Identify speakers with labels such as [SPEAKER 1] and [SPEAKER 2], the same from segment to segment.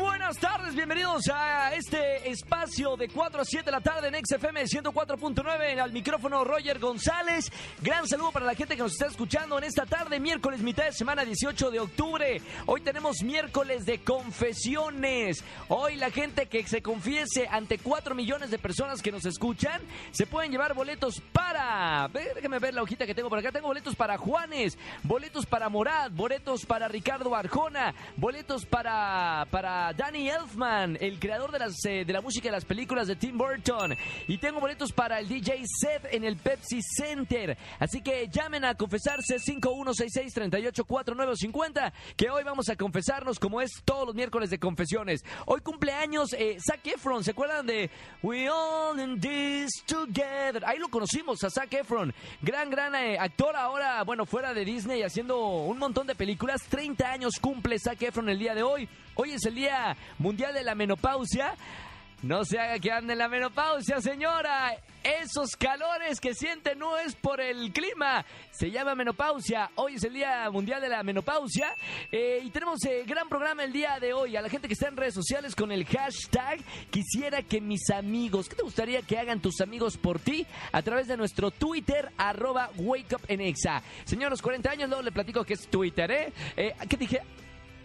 [SPEAKER 1] Buenas tardes, bienvenidos a este espacio de 4 a 7 de la tarde en XFM 104.9 al micrófono Roger González. Gran saludo para la gente que nos está escuchando en esta tarde, miércoles, mitad de semana, 18 de octubre. Hoy tenemos miércoles de confesiones. Hoy la gente que se confiese ante 4 millones de personas que nos escuchan se pueden llevar boletos para... ve, Déjame ver la hojita que tengo por acá. Tengo boletos para Juanes, boletos para Morad, boletos para Ricardo Arjona, boletos para, para Danny Elfman, el creador de, las, eh, de la música de las películas de Tim Burton. Y tengo boletos para el DJ Seth en el Pepsi Center. Así que llamen a confesarse 5166-384950, que hoy vamos a confesarnos como es todos los miércoles de confesiones. Hoy cumpleaños eh, Zac Efron, ¿se acuerdan de We All in This Together? Ahí lo conocimos a Zac Efron, gran, gran eh, actor ahora, bueno, fuera de Disney, haciendo un montón de películas. 30 años cumple Zac Efron el día de hoy. Hoy es el Día Mundial de la Menopausia. No se haga que ande en la menopausia, señora. Esos calores que siente no es por el clima. Se llama menopausia. Hoy es el Día Mundial de la Menopausia. Eh, y tenemos eh, gran programa el día de hoy. A la gente que está en redes sociales con el hashtag quisiera que mis amigos, ¿qué te gustaría que hagan tus amigos por ti? A través de nuestro Twitter, arroba wakeupnexa. Señor, los 40 años, luego le platico que es Twitter, ¿eh? eh ¿Qué dije?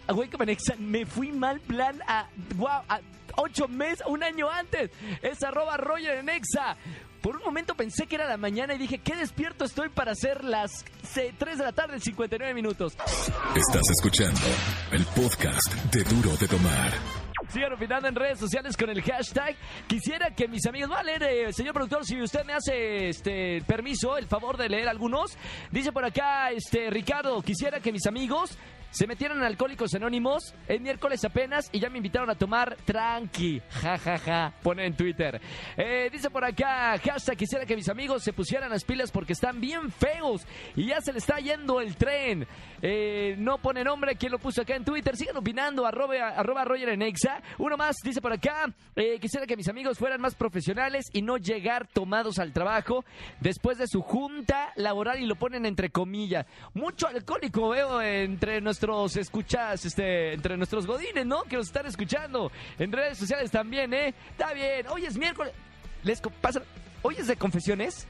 [SPEAKER 1] A Wake Up and Exa, Ah, me fui mal plan a, wow, a ocho meses, un año antes. Es arroba Roger en Exa. Por un momento pensé que era la mañana y dije, qué despierto estoy para hacer las 3 de la tarde, 59 minutos.
[SPEAKER 2] Estás escuchando el podcast de Duro de Tomar.
[SPEAKER 1] Sigan opinando en redes sociales con el hashtag. Quisiera que mis amigos. Voy a leer, eh, señor productor, si usted me hace este el permiso, el favor de leer algunos. Dice por acá, este Ricardo, quisiera que mis amigos se metieran en Alcohólicos Anónimos el miércoles apenas y ya me invitaron a tomar tranqui. Ja, ja, ja. Pone en Twitter. Eh, dice por acá, hashtag, quisiera que mis amigos se pusieran las pilas porque están bien feos y ya se le está yendo el tren. Eh, no pone nombre quien lo puso acá en Twitter. Sigan opinando, arroba, arroba Roger en Exa. Uno más dice por acá, eh, quisiera que mis amigos fueran más profesionales y no llegar tomados al trabajo después de su junta laboral y lo ponen entre comillas. Mucho alcohólico veo entre nuestros escuchas, este, entre nuestros godines, ¿no? Que nos están escuchando en redes sociales también, ¿eh? Está bien, hoy es miércoles. Les co- pasa, hoy es de confesiones.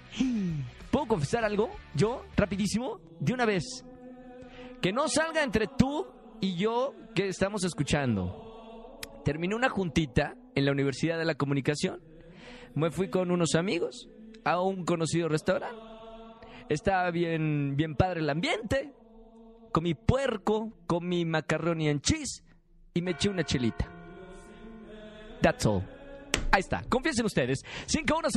[SPEAKER 1] ¿Puedo confesar algo? Yo, rapidísimo, de una vez. Que no salga entre tú y yo que estamos escuchando. Terminé una juntita en la Universidad de la Comunicación. Me fui con unos amigos a un conocido restaurante. Estaba bien, bien padre el ambiente. Comí puerco, comí macaroni en cheese y me eché una chelita. That's all. Ahí está, confiesen ustedes.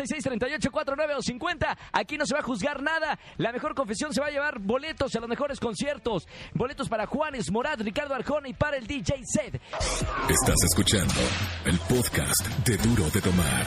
[SPEAKER 1] 51663849 o 50. Aquí no se va a juzgar nada. La mejor confesión se va a llevar boletos a los mejores conciertos. Boletos para Juanes, Morad, Ricardo Arjona y para el DJ Zed.
[SPEAKER 2] Estás escuchando el podcast de Duro de Tomar.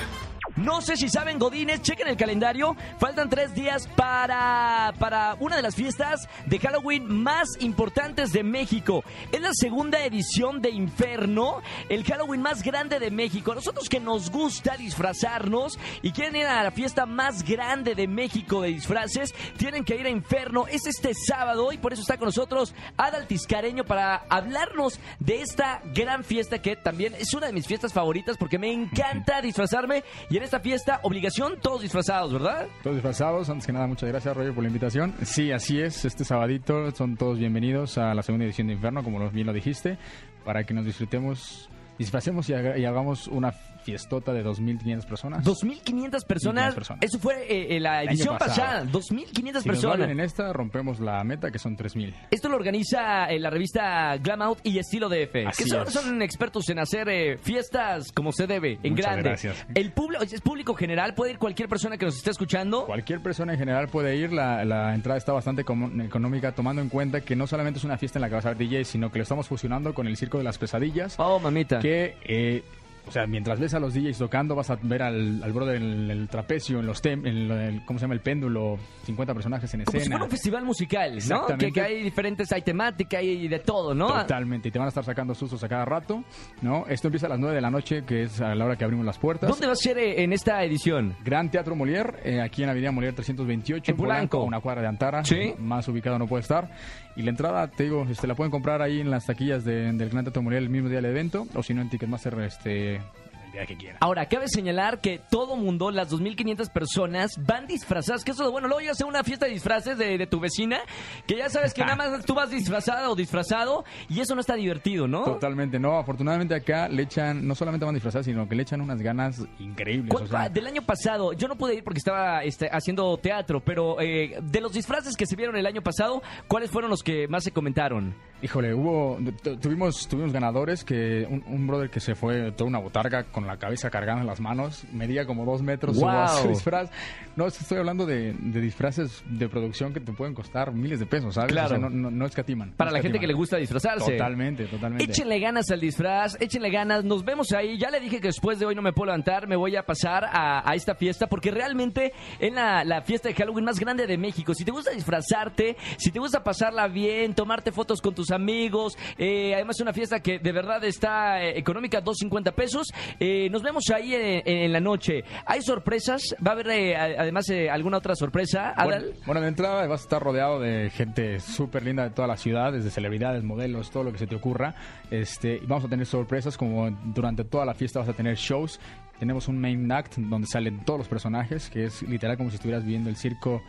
[SPEAKER 1] No sé si saben, Godines, chequen el calendario. Faltan tres días para, para una de las fiestas de Halloween más importantes de México. Es la segunda edición de Inferno, el Halloween más grande de México. Nosotros que nos gusta disfrazarnos y quieren ir a la fiesta más grande de México de disfraces, tienen que ir a Inferno. Es este sábado y por eso está con nosotros Adal Tiscareño para hablarnos de esta gran fiesta que también es una de mis fiestas favoritas porque me encanta disfrazarme y en esta fiesta obligación todos disfrazados, ¿verdad?
[SPEAKER 3] Todos disfrazados, antes que nada, muchas gracias, Roger, por la invitación. Sí, así es, este sabadito son todos bienvenidos a la segunda edición de Inferno, como lo- bien lo dijiste, para que nos disfrutemos, disfracemos y, haga- y hagamos una fiestota de 2.500 personas.
[SPEAKER 1] 2.500 personas,
[SPEAKER 3] 2,500 personas.
[SPEAKER 1] Eso fue eh, eh, la
[SPEAKER 3] El
[SPEAKER 1] edición
[SPEAKER 3] año pasado.
[SPEAKER 1] pasada. 2.500
[SPEAKER 3] si nos
[SPEAKER 1] personas.
[SPEAKER 3] valen en esta, rompemos la meta, que son 3.000.
[SPEAKER 1] Esto lo organiza eh, la revista Glam Out y Estilo DF,
[SPEAKER 3] Así
[SPEAKER 1] que son,
[SPEAKER 3] es.
[SPEAKER 1] son expertos en hacer eh, fiestas como se debe, en
[SPEAKER 3] Muchas
[SPEAKER 1] grande.
[SPEAKER 3] gracias.
[SPEAKER 1] El público es público general, puede ir cualquier persona que nos esté escuchando.
[SPEAKER 3] Cualquier persona en general puede ir, la, la entrada está bastante com- económica, tomando en cuenta que no solamente es una fiesta en la que vas a ver DJ, sino que lo estamos fusionando con el Circo de las Pesadillas.
[SPEAKER 1] Oh, mamita.
[SPEAKER 3] que eh, O sea, mientras ves a los DJs tocando, vas a ver al, al brother en el, el trapecio, en los tem, en lo- el- ¿cómo se llama? El péndulo, 50 personajes en
[SPEAKER 1] Como si
[SPEAKER 3] escena.
[SPEAKER 1] fuera un festival musical, ¿no?
[SPEAKER 3] Exactamente.
[SPEAKER 1] Que, que hay diferentes, hay temática, hay de todo, ¿no?
[SPEAKER 3] Totalmente, y te van a estar sacando sustos a cada rato, ¿no? Esto empieza a las 9 de la noche, que es a la hora que abrimos las puertas.
[SPEAKER 1] ¿Dónde va a ser eh, en esta edición?
[SPEAKER 3] Gran Teatro Molière, eh, aquí en la avenida Molière 328,
[SPEAKER 1] En Polanco.
[SPEAKER 3] a una cuadra de Antara.
[SPEAKER 1] Sí.
[SPEAKER 3] Más ubicado no puede estar. Y la entrada, te digo, este, la pueden comprar ahí en las taquillas de- del Gran Teatro Molière el mismo día del evento, o si no en Ticketmaster, este, el día que quieran.
[SPEAKER 1] Ahora, cabe señalar que todo mundo, las 2.500 personas, van disfrazadas. Que eso, bueno, luego llegas a una fiesta de disfraces de, de tu vecina, que ya sabes
[SPEAKER 3] Ah.
[SPEAKER 1] que nada más tú vas disfrazada o disfrazado, y eso no está divertido, ¿no?
[SPEAKER 3] Totalmente, no, afortunadamente acá le echan, no solamente van disfrazadas, sino que le echan unas ganas increíbles.
[SPEAKER 1] ¿Cuál-
[SPEAKER 3] o sea,
[SPEAKER 1] ah, del año pasado, yo no pude ir porque estaba este, haciendo teatro, pero eh, de los disfraces que se vieron el año pasado, ¿cuáles fueron los que más se comentaron?
[SPEAKER 3] Híjole, hubo, tu- tuvimos, tuvimos ganadores que un, un brother que se fue toda una botarga con la cabeza cargada en las manos, medía como dos metros su-
[SPEAKER 1] ¡Guau!
[SPEAKER 3] su, disfraz. No, es que estoy hablando de, de disfraces de producción que te pueden costar miles de pesos, ¿sabes?
[SPEAKER 1] Claro.
[SPEAKER 3] O sea, no, no, no escatiman.
[SPEAKER 1] Para
[SPEAKER 3] no
[SPEAKER 1] la gente que le
[SPEAKER 3] escatiman.
[SPEAKER 1] gusta disfrazarse.
[SPEAKER 3] Totalmente, totalmente.
[SPEAKER 1] Échenle ganas al disfraz, échenle ganas, nos vemos ahí. Ya le dije que después de hoy no me puedo levantar, me voy a pasar a, a esta fiesta porque realmente es la, la fiesta de Halloween más grande de México. Si te gusta disfrazarte, si te gusta pasarla bien, tomarte fotos con tus amigos, eh, además es una fiesta que de verdad está eh, económica, 2.50 pesos. Eh, nos vemos ahí en, en la noche. Hay sorpresas, va a haber eh, a- además eh, alguna otra sorpresa,
[SPEAKER 3] Bueno,
[SPEAKER 1] Adal.
[SPEAKER 3] bueno, de entrada vas a estar rodeado de gente súper linda de toda la ciudad, desde celebridades, modelos, todo lo que se te ocurra. Este, y vamos a tener sorpresas, como durante toda la fiesta vas a tener shows. Tenemos un main act donde salen todos los personajes, que es literal como si estuvieras viendo el circo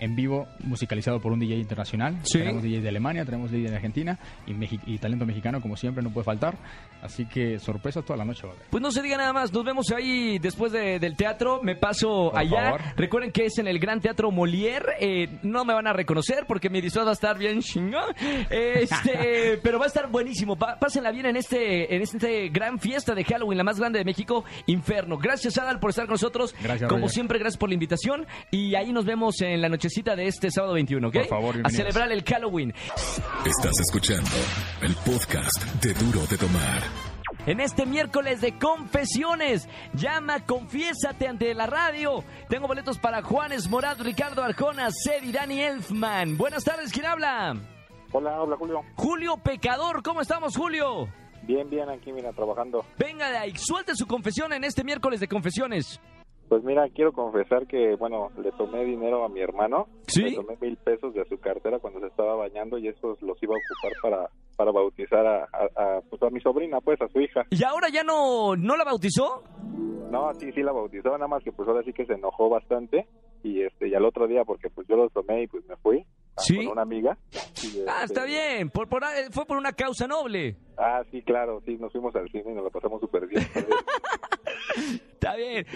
[SPEAKER 3] en vivo, musicalizado por un DJ internacional.
[SPEAKER 1] Sí.
[SPEAKER 3] Tenemos DJ de Alemania, tenemos DJ de Argentina y, Mexi- y talento mexicano, como siempre, no puede faltar. Así que sorpresas toda la noche va a haber.
[SPEAKER 1] Pues no se diga nada más, nos vemos ahí después de- del teatro, me paso
[SPEAKER 3] Por
[SPEAKER 1] allá.
[SPEAKER 3] favor.
[SPEAKER 1] Recuerden que es en el Gran Teatro Molière, eh, no me van a reconocer porque mi disfraz va a estar bien chingón, este, pero va a estar buenísimo. Pa- pásenla bien en este en este gran fiesta de Halloween, la más grande de México, Inferno. Gracias Adal por estar con nosotros.
[SPEAKER 3] Gracias,
[SPEAKER 1] Como
[SPEAKER 3] Roger.
[SPEAKER 1] siempre, gracias por la invitación y ahí nos vemos en la nochecita de este sábado 21, ¿ok?
[SPEAKER 3] Por favor,
[SPEAKER 1] a
[SPEAKER 3] bienvenidos.
[SPEAKER 1] celebrar el Halloween.
[SPEAKER 2] Estás escuchando el podcast de Duro de Tomar.
[SPEAKER 1] En este miércoles de confesiones, llama, confiésate ante la radio. Tengo boletos para Juanes Morad, Ricardo Arjona, Sedi, Dani Elfman. Buenas tardes, ¿quién habla?
[SPEAKER 4] Hola, hola Julio.
[SPEAKER 1] Julio Pecador, ¿cómo estamos, Julio?
[SPEAKER 4] Bien, bien, aquí mira, trabajando.
[SPEAKER 1] Venga de ahí, suelte su confesión en este miércoles de confesiones.
[SPEAKER 4] Pues mira, quiero confesar que, bueno, le tomé dinero a mi hermano.
[SPEAKER 1] ¿Sí?
[SPEAKER 4] Le tomé mil pesos de su cartera cuando se estaba bañando y esos los iba a ocupar para, para bautizar a, a, a, pues, a mi sobrina, pues a su hija.
[SPEAKER 1] ¿Y ahora ya no, no la bautizó?
[SPEAKER 4] No, sí, sí la bautizó, nada más que pues ahora sí que se enojó bastante. Y este, y al otro día, porque pues yo los tomé y pues me fui. a-
[SPEAKER 1] ¿Sí?
[SPEAKER 4] Con una amiga. Y,
[SPEAKER 1] Ah,
[SPEAKER 4] este,
[SPEAKER 1] está bien, por, por- fue por una causa noble.
[SPEAKER 4] Ah, sí, claro, sí, nos fuimos al cine y nos la pasamos súper bien.
[SPEAKER 1] Está bien.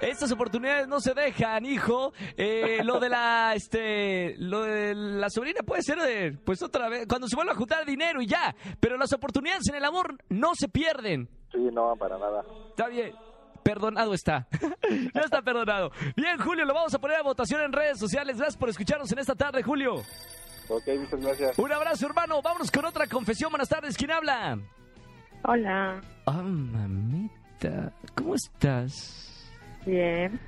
[SPEAKER 1] Estas oportunidades no se dejan, hijo. Eh, lo de la, este, lo de la sobrina puede ser, eh, pues otra vez, cuando se vuelva a juntar dinero y ya. Pero las oportunidades en el amor no se pierden.
[SPEAKER 4] sí, no, para nada.
[SPEAKER 1] Está bien. Perdonado está. ya está perdonado. Bien, Julio, lo vamos a poner a votación en redes sociales. Gracias por escucharnos en esta tarde, Julio.
[SPEAKER 4] Ok, muchas gracias.
[SPEAKER 1] Un abrazo, hermano. Vámonos con otra confesión. Buenas tardes. ¿Quién habla?
[SPEAKER 5] Hola,
[SPEAKER 1] Ah, mamita. ¿Cómo estás?
[SPEAKER 5] bien.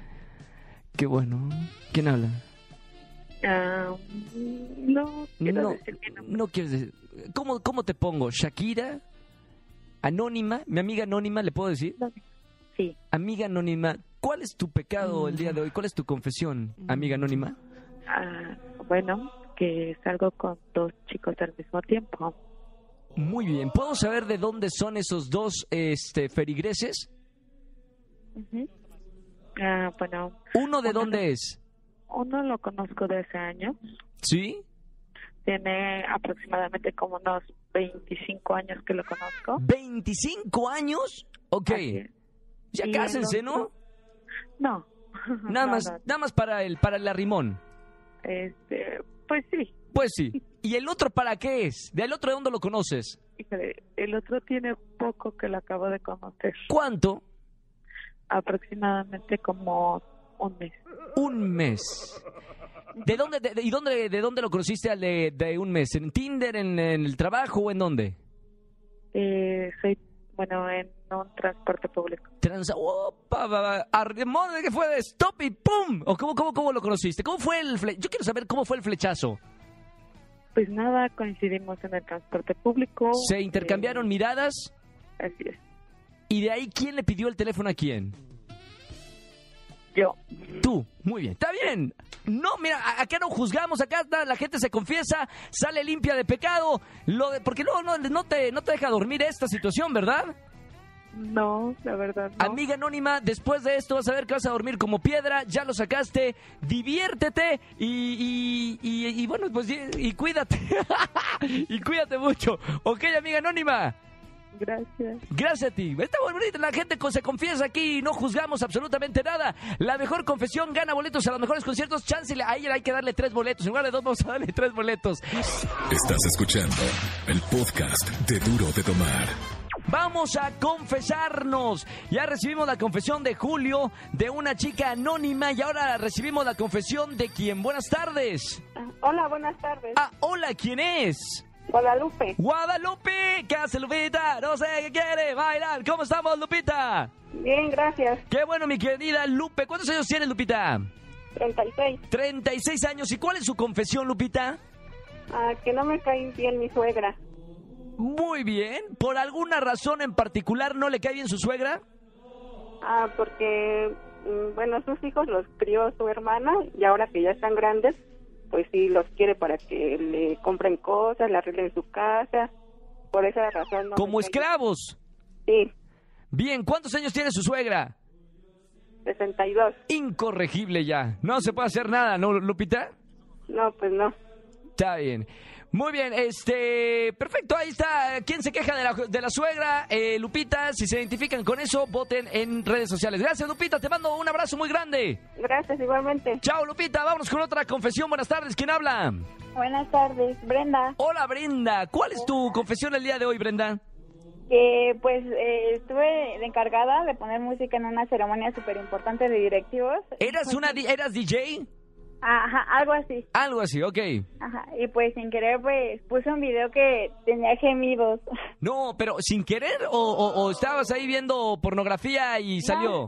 [SPEAKER 1] Qué bueno. ¿Quién habla?
[SPEAKER 5] Ah, no quiero
[SPEAKER 1] No,
[SPEAKER 5] decir que no.
[SPEAKER 1] no quieres decir. ¿Cómo, ¿Cómo te pongo? ¿Shakira? ¿Anónima? ¿Mi amiga anónima le puedo decir?
[SPEAKER 5] Sí,
[SPEAKER 1] Amiga anónima, ¿cuál es tu pecado el día de hoy? ¿Cuál es tu confesión, amiga anónima?
[SPEAKER 5] ah, bueno, que salgo con dos chicos al mismo tiempo.
[SPEAKER 1] Muy bien, ¿puedo saber de dónde son esos dos este, ferigreses?
[SPEAKER 5] Ujú. Ah, bueno,
[SPEAKER 1] ¿Uno de dónde es?
[SPEAKER 5] uno lo conozco de hace años.
[SPEAKER 1] ¿Sí?
[SPEAKER 5] Tiene aproximadamente como unos 25 años que lo conozco.
[SPEAKER 1] ¿25 años? Ok,
[SPEAKER 5] Así es.
[SPEAKER 1] ya
[SPEAKER 5] Y
[SPEAKER 1] cásense,
[SPEAKER 5] el
[SPEAKER 1] ¿no?
[SPEAKER 5] otro- No.
[SPEAKER 1] Nada
[SPEAKER 5] No,
[SPEAKER 1] más,
[SPEAKER 5] no.
[SPEAKER 1] nada más para el, para el arrimón.
[SPEAKER 5] Este, pues sí.
[SPEAKER 1] Pues sí. ¿Y el otro para qué es? ¿Del otro de dónde lo conoces?
[SPEAKER 5] Híjole, el otro tiene poco que lo acabo de conocer.
[SPEAKER 1] ¿Cuánto?
[SPEAKER 5] Aproximadamente como un mes.
[SPEAKER 1] un mes. ¿De dónde, de- de- ¿Y dónde, de dónde lo conociste al de, de un mes? ¿En Tinder, en, en el trabajo o en dónde?
[SPEAKER 5] Eh, soy, bueno, en un transporte público.
[SPEAKER 1] Transa. Opa, va, va, arrimón, ¿de qué fue? Stop y ¡pum! ¿O cómo, cómo, cómo lo conociste? ¿Cómo fue el fle- Yo quiero saber cómo fue el flechazo.
[SPEAKER 5] Pues nada, coincidimos en el transporte público.
[SPEAKER 1] Se intercambiaron
[SPEAKER 5] Eh,
[SPEAKER 1] miradas
[SPEAKER 5] Así es.
[SPEAKER 1] y de ahí quién le pidió el teléfono a quién.
[SPEAKER 5] Yo.
[SPEAKER 1] Tú, muy bien, está bien. No, mira, a- acá no juzgamos, acá está- la gente se confiesa, sale limpia de pecado, lo de, porque luego no, no, te, no te deja dormir esta situación, ¿verdad?
[SPEAKER 5] No, la verdad. No.
[SPEAKER 1] Amiga anónima, después de esto vas a ver que vas a dormir como piedra, ya lo sacaste, diviértete y, y, y- y bueno, pues y, y cuídate, y cuídate mucho. Ok, amiga anónima.
[SPEAKER 5] Gracias.
[SPEAKER 1] Gracias a ti. Está bonito, la gente con- se confiesa aquí y no juzgamos absolutamente nada. La mejor confesión gana boletos a los mejores conciertos. Chance, a ella hay que darle tres boletos. En lugar de dos, vamos a darle tres boletos.
[SPEAKER 2] Estás escuchando el podcast de Duro de Tomar.
[SPEAKER 1] Vamos a confesarnos. Ya recibimos la confesión de Julio, de una chica anónima, y ahora recibimos la confesión de quien. Buenas tardes.
[SPEAKER 6] Hola, buenas tardes.
[SPEAKER 1] Ah, hola, ¿quién es?
[SPEAKER 6] Guadalupe,
[SPEAKER 1] Guadalupe, ¿qué hace Lupita? No sé qué quiere bailar. ¿Cómo estamos, Lupita?
[SPEAKER 6] bien, gracias.
[SPEAKER 1] Qué bueno, mi querida Lupe. ¿Cuántos años tienes, Lupita?
[SPEAKER 6] 36.
[SPEAKER 1] 36 años. ¿Y cuál es su confesión, Lupita?
[SPEAKER 6] Ah, que no me cae bien mi suegra.
[SPEAKER 1] Muy bien. ¿Por alguna razón en particular no le cae bien su suegra?
[SPEAKER 6] Ah, porque, mm, bueno, sus hijos los crió su hermana y ahora que ya están grandes, pues sí, los quiere para que le compren cosas, le arreglen su casa. Por esa razón no.
[SPEAKER 1] Como
[SPEAKER 6] me cae bien.
[SPEAKER 1] esclavos.
[SPEAKER 6] Sí,
[SPEAKER 1] Bien, ¿cuántos años tiene su suegra?
[SPEAKER 6] 62.
[SPEAKER 1] Incorregible ya. No se puede hacer nada, ¿no, Lupita?
[SPEAKER 6] No, pues no.
[SPEAKER 1] Está bien. Muy bien, este. Perfecto, ahí está. ¿Quién se queja de la, de la suegra? Eh, Lupita, si se identifican con eso, voten en redes sociales. Gracias, Lupita. Te mando un abrazo muy grande.
[SPEAKER 6] Gracias, igualmente.
[SPEAKER 1] Chao, Lupita. Vámonos con otra confesión. Buenas tardes. ¿Quién habla?
[SPEAKER 6] Buenas tardes, Brenda.
[SPEAKER 1] Hola, Brenda. ¿Cuál es tu confesión el día de hoy, Brenda?
[SPEAKER 6] Que pues estuve encargada de poner música en una ceremonia súper importante de directivos.
[SPEAKER 1] ¿Eras una di- eras DJ?
[SPEAKER 6] Ajá, algo así.
[SPEAKER 1] Algo así, ok.
[SPEAKER 6] Ajá, y pues sin querer, pues puse un video que tenía gemidos.
[SPEAKER 1] No, pero sin querer o, o- o estabas ahí viendo pornografía y salió.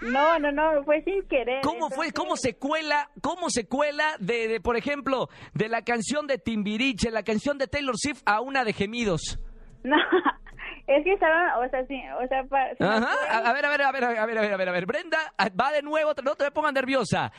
[SPEAKER 6] No, no, no, fue sin querer.
[SPEAKER 1] ¿Cómo fue?
[SPEAKER 6] entonces-
[SPEAKER 1] ¿Cómo se cuela? ¿Cómo se cuela de, de, por ejemplo, de la canción de Timbiriche, la canción de Taylor Swift a una de gemidos?
[SPEAKER 6] No, es que estaban, o sea, sí, o sea, para.
[SPEAKER 1] Ajá. A, a ver, a ver, a ver, a ver, a ver, a ver, a ver. Brenda, a- va de nuevo, otra- no te me pongas nerviosa.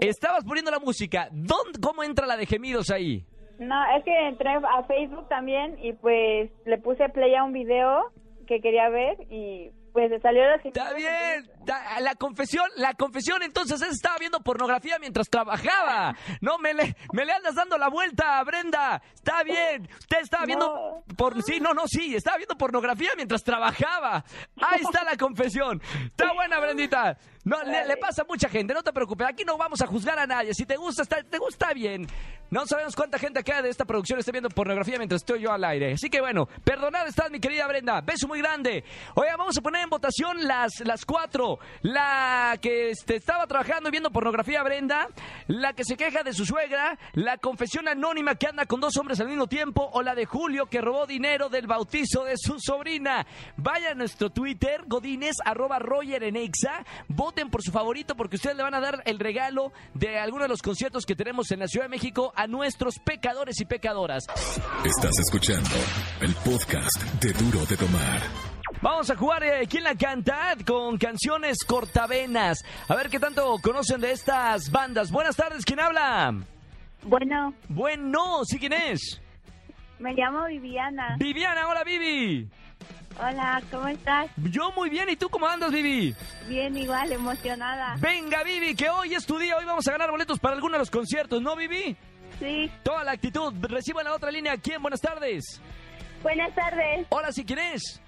[SPEAKER 1] Estabas poniendo la música. ¿Dónde, ¿Cómo entra la de gemidos ahí?
[SPEAKER 6] No, es que entré a Facebook también y pues le puse play a un video que quería ver y pues le salió los
[SPEAKER 1] Está
[SPEAKER 6] gemidos,
[SPEAKER 1] bien.
[SPEAKER 6] entonces-
[SPEAKER 1] Ta- La confesión, la confesión entonces es estaba viendo pornografía mientras trabajaba. No me le, me le andas dando la vuelta, Brenda. Está bien. Usted estaba viendo
[SPEAKER 6] No.
[SPEAKER 1] por sí, no, no, sí, estaba viendo pornografía mientras trabajaba. Ahí está la confesión. Está buena, Brendita. No le, le pasa a mucha gente, no te preocupes. Aquí no vamos a juzgar a nadie. Si te gusta, está, te gusta bien. No sabemos cuánta gente acá de esta producción está viendo pornografía mientras estoy yo al aire. Así que bueno, perdonad estás, mi querida Brenda. Beso muy grande. Oiga, vamos a poner en votación las, las cuatro. La que este, estaba trabajando y viendo pornografía, Brenda. La que se queja de su suegra. La confesión anónima que anda con dos hombres al mismo tiempo. O la de Julio que robó dinero del bautizo de su sobrina. Vaya a nuestro Twitter, godines, arroba Roger en Exa. Voten por su favorito porque ustedes le van a dar el regalo de alguno de los conciertos que tenemos en la Ciudad de México a nuestros pecadores y pecadoras.
[SPEAKER 2] Estás escuchando el podcast de Duro de Tomar.
[SPEAKER 1] Vamos a jugar eh, ¿Quién la canta? con canciones cortavenas. A ver qué tanto conocen de estas bandas. Buenas tardes, ¿quién habla?
[SPEAKER 7] Bueno,
[SPEAKER 1] Bueno, ¿sí quién es?
[SPEAKER 7] me llamo Viviana.
[SPEAKER 1] Viviana, hola Vivi.
[SPEAKER 7] Hola, ¿cómo estás?
[SPEAKER 1] Yo muy bien, ¿y tú cómo andas, Vivi?
[SPEAKER 7] Bien, igual, emocionada.
[SPEAKER 1] Venga, Vivi, que hoy es tu día, hoy vamos a ganar boletos para alguno de los conciertos, ¿no, Vivi?
[SPEAKER 7] Sí.
[SPEAKER 1] Toda la actitud, reciba la otra línea, ¿quién? Buenas tardes.
[SPEAKER 7] Buenas tardes,
[SPEAKER 1] Hola, ¿sí quién es?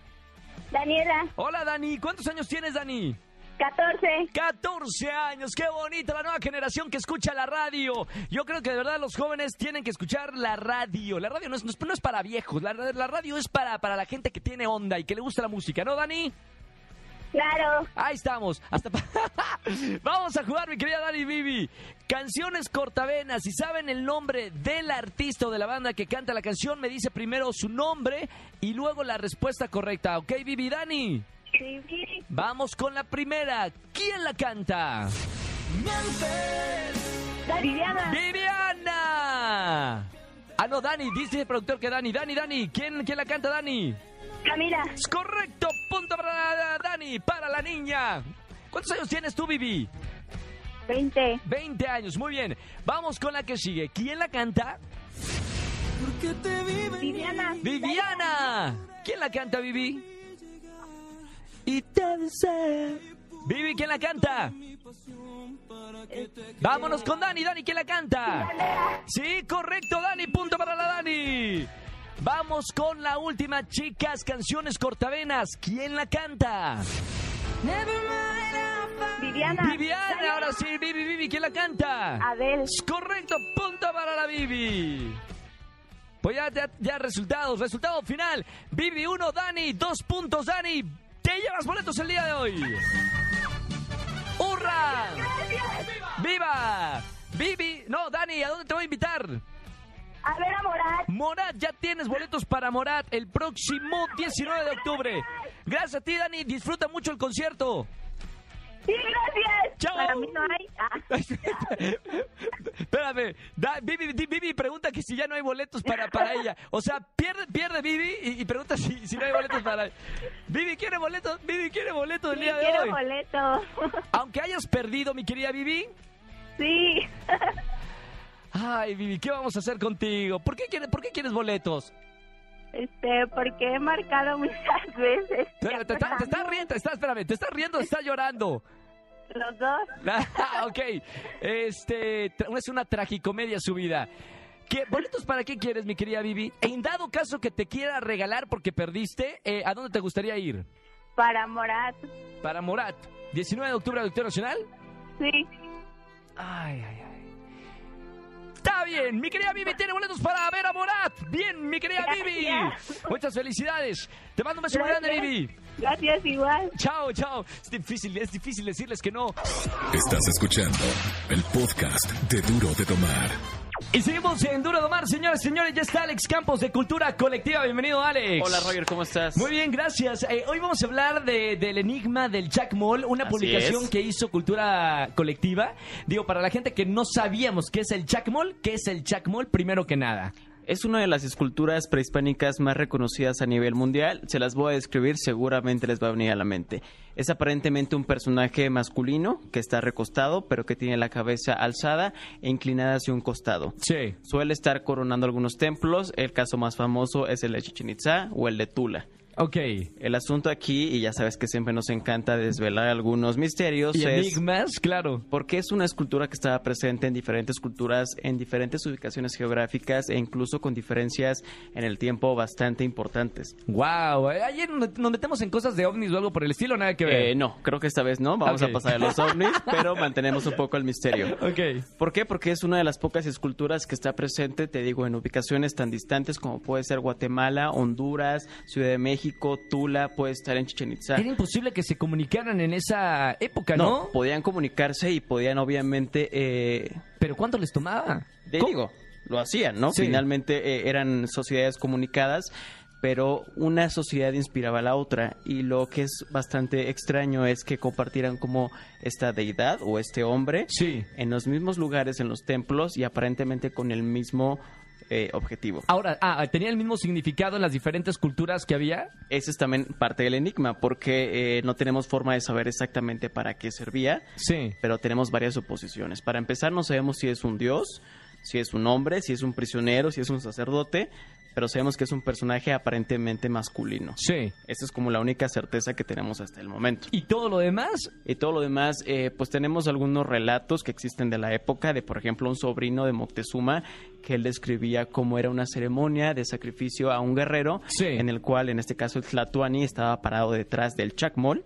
[SPEAKER 7] Daniela,
[SPEAKER 1] Hola, Dani, ¿cuántos años tienes, Dani?
[SPEAKER 7] 14.
[SPEAKER 1] 14 años, qué bonita la nueva generación que escucha la radio. Yo creo que de verdad los jóvenes tienen que escuchar la radio. La radio no es, no es- no es para viejos, la, la radio es para, para la gente que tiene onda y que le gusta la música, ¿no, Dani?
[SPEAKER 7] Claro.
[SPEAKER 1] Ahí estamos. Hasta pa- Vamos a jugar, mi querida Dani Bibi. Canciones cortavenas. Si saben el nombre del artista o de la banda que canta la canción, me dice primero su nombre y luego la respuesta correcta. ¿Ok, Bibi Dani?
[SPEAKER 7] Sí, sí.
[SPEAKER 1] Vamos con la primera. ¿Quién la canta?
[SPEAKER 7] Viviana.
[SPEAKER 1] ¡Viviana! Ah, no, Dani, dice el productor que Dani. Dani, Dani, ¿quién, quién la canta, Dani?
[SPEAKER 7] Camila.
[SPEAKER 1] Es correcto, punto para Dani, para la niña. ¿Cuántos años tienes tú, Bibi?
[SPEAKER 7] 20.
[SPEAKER 1] 20 años, muy bien. Vamos con la que sigue. ¿Quién la canta?
[SPEAKER 7] Viviana.
[SPEAKER 1] ¡Viviana! ¿Quién la canta, Vivi? Y te deseo. Vivi, ¿quién la canta? Vámonos con Dani, Dani, ¿quién la canta? Sí, correcto, Dani, punto para la Dani. Vamos con la última, chicas, canciones cortavenas. ¿Quién la canta?
[SPEAKER 7] Viviana.
[SPEAKER 1] Viviana, ahora sí, Vivi, Vivi, ¿quién la canta?
[SPEAKER 7] Adel.
[SPEAKER 1] Es correcto, punto para la Bibi. Pues ya, ya, ya resultados, resultado final. Bibi 1, Dani, 2 puntos, Dani. Te llevas boletos el día de hoy. ¡Hurra! ¡Viva! Bibi, no, Dani, ¿a dónde te voy a invitar?
[SPEAKER 7] A ver ah, a Morat.
[SPEAKER 1] Morat, ya tienes boletos para Morat el próximo 19 de octubre. Gracias a ti, Dani, disfruta mucho el concierto.
[SPEAKER 7] Sí, gracias.
[SPEAKER 1] Chao.
[SPEAKER 7] Para mí no hay. Ah,
[SPEAKER 1] Espérame, da- Vivi, di- Vivi pregunta que si ya no hay boletos para, para ella. O sea, pierde, pierde Vivi y, y pregunta si, si no hay boletos para Vivi quiere boletos, Vivi quiere boletos el
[SPEAKER 7] sí,
[SPEAKER 1] día de
[SPEAKER 7] quiero
[SPEAKER 1] hoy.
[SPEAKER 7] boleto.
[SPEAKER 1] Aunque hayas perdido, mi querida Vivi.
[SPEAKER 7] sí.
[SPEAKER 1] Ay, Vivi, ¿qué vamos a hacer contigo? ¿Por qué quieres, por qué quieres boletos?
[SPEAKER 7] Este, porque he marcado muchas veces.
[SPEAKER 1] Espérate, Te, está- te estás riendo, te estás, espérame, te estás riendo, te estás llorando.
[SPEAKER 7] Los dos.
[SPEAKER 1] Ah, ok, este, tra- es una tragicomedia su vida. ¿Qué, ¿Boletos para qué quieres, mi querida Vivi? En dado caso que te quiera regalar porque perdiste, eh, ¿a dónde te gustaría ir?
[SPEAKER 7] Para Morat.
[SPEAKER 1] Para Morat, 19 de octubre, Auditorio Nacional.
[SPEAKER 7] Sí.
[SPEAKER 1] Ay, ay, ay. Está bien, mi querida Vivi tiene boletos para ver a Morat. Bien, mi querida Vivi.
[SPEAKER 7] Gracias.
[SPEAKER 1] Muchas felicidades. Te mando un beso muy grande,
[SPEAKER 7] Gracias.
[SPEAKER 1] Vivi.
[SPEAKER 7] Gracias, igual.
[SPEAKER 1] Chao, chao. Es difícil, es difícil decirles que no.
[SPEAKER 2] Estás escuchando el podcast de Duro de Tomar.
[SPEAKER 1] Y seguimos en Duro de Mar, señores, señores. Ya está Alex Campos de Cultura Colectiva. Bienvenido, Alex.
[SPEAKER 8] Hola Roger, ¿cómo estás?
[SPEAKER 1] Muy bien, gracias. Eh, hoy vamos a hablar de- del enigma del Jack Mall, una
[SPEAKER 8] Así
[SPEAKER 1] publicación
[SPEAKER 8] es.
[SPEAKER 1] que hizo Cultura Colectiva. Digo, para la gente que no sabíamos qué es el Jack Mall, ¿qué es el Jack Mall primero que nada?
[SPEAKER 8] Es una de las esculturas prehispánicas más reconocidas a nivel mundial. Se las voy a describir, seguramente les va a venir a la mente. Es aparentemente un personaje masculino que está recostado, pero que tiene la cabeza alzada e inclinada hacia un costado.
[SPEAKER 1] Sí.
[SPEAKER 8] Suele estar coronando algunos templos. El caso más famoso es el de Chichen Itza o el de Tula.
[SPEAKER 1] Ok.
[SPEAKER 8] El asunto aquí, y ya sabes que siempre nos encanta desvelar algunos misterios,
[SPEAKER 1] Y
[SPEAKER 8] es
[SPEAKER 1] enigmas, claro.
[SPEAKER 8] porque es una escultura que estaba presente en diferentes culturas, en diferentes ubicaciones geográficas e incluso con diferencias en el tiempo bastante importantes.
[SPEAKER 1] Wow. Ayer nos nos metemos eh, en cosas de ovnis o algo por el estilo, nada que ver.
[SPEAKER 8] Eh, no, creo que esta vez no, vamos
[SPEAKER 1] Ok.
[SPEAKER 8] a pasar a los ovnis, pero mantenemos un poco el misterio.
[SPEAKER 1] Ok.
[SPEAKER 8] ¿Por qué? Porque es una de las pocas esculturas que está presente, te digo, en ubicaciones tan distantes como puede ser Guatemala, Honduras, Ciudad de México, Tula, puede estar en Chichen Itza.
[SPEAKER 1] Era imposible que se comunicaran en esa época, ¿no?
[SPEAKER 8] No, podían comunicarse y podían obviamente eh,
[SPEAKER 1] Pero ¿cuánto les tomaba?
[SPEAKER 8] Te
[SPEAKER 1] ¿Cómo?
[SPEAKER 8] digo, lo hacían, ¿no?
[SPEAKER 1] Sí.
[SPEAKER 8] Finalmente eh, eran sociedades comunicadas, pero una sociedad inspiraba a la otra. Y lo que es bastante extraño es que compartieran como esta deidad o este hombre
[SPEAKER 1] Sí.
[SPEAKER 8] en los mismos lugares, en los templos y aparentemente con el mismo eh, objetivo.
[SPEAKER 1] Ahora, ah, ¿tenía el mismo significado en las diferentes culturas que había?
[SPEAKER 8] Ese es también parte del enigma, porque eh, no tenemos forma de saber exactamente para qué servía.
[SPEAKER 1] Sí.
[SPEAKER 8] pero tenemos varias suposiciones. Para empezar, no sabemos si es un dios, si es un hombre, si es un prisionero, si es un sacerdote, pero sabemos que es un personaje aparentemente masculino.
[SPEAKER 1] Sí.
[SPEAKER 8] Esa es como la única certeza que tenemos hasta el momento.
[SPEAKER 1] ¿Y todo lo demás?
[SPEAKER 8] Y todo lo demás, eh, pues tenemos algunos relatos que existen de la época, de por ejemplo un sobrino de Moctezuma, que él describía cómo era una ceremonia de sacrificio a un guerrero,
[SPEAKER 1] Sí.
[SPEAKER 8] en el cual en este caso el Tlatuani estaba parado detrás del Chacmol,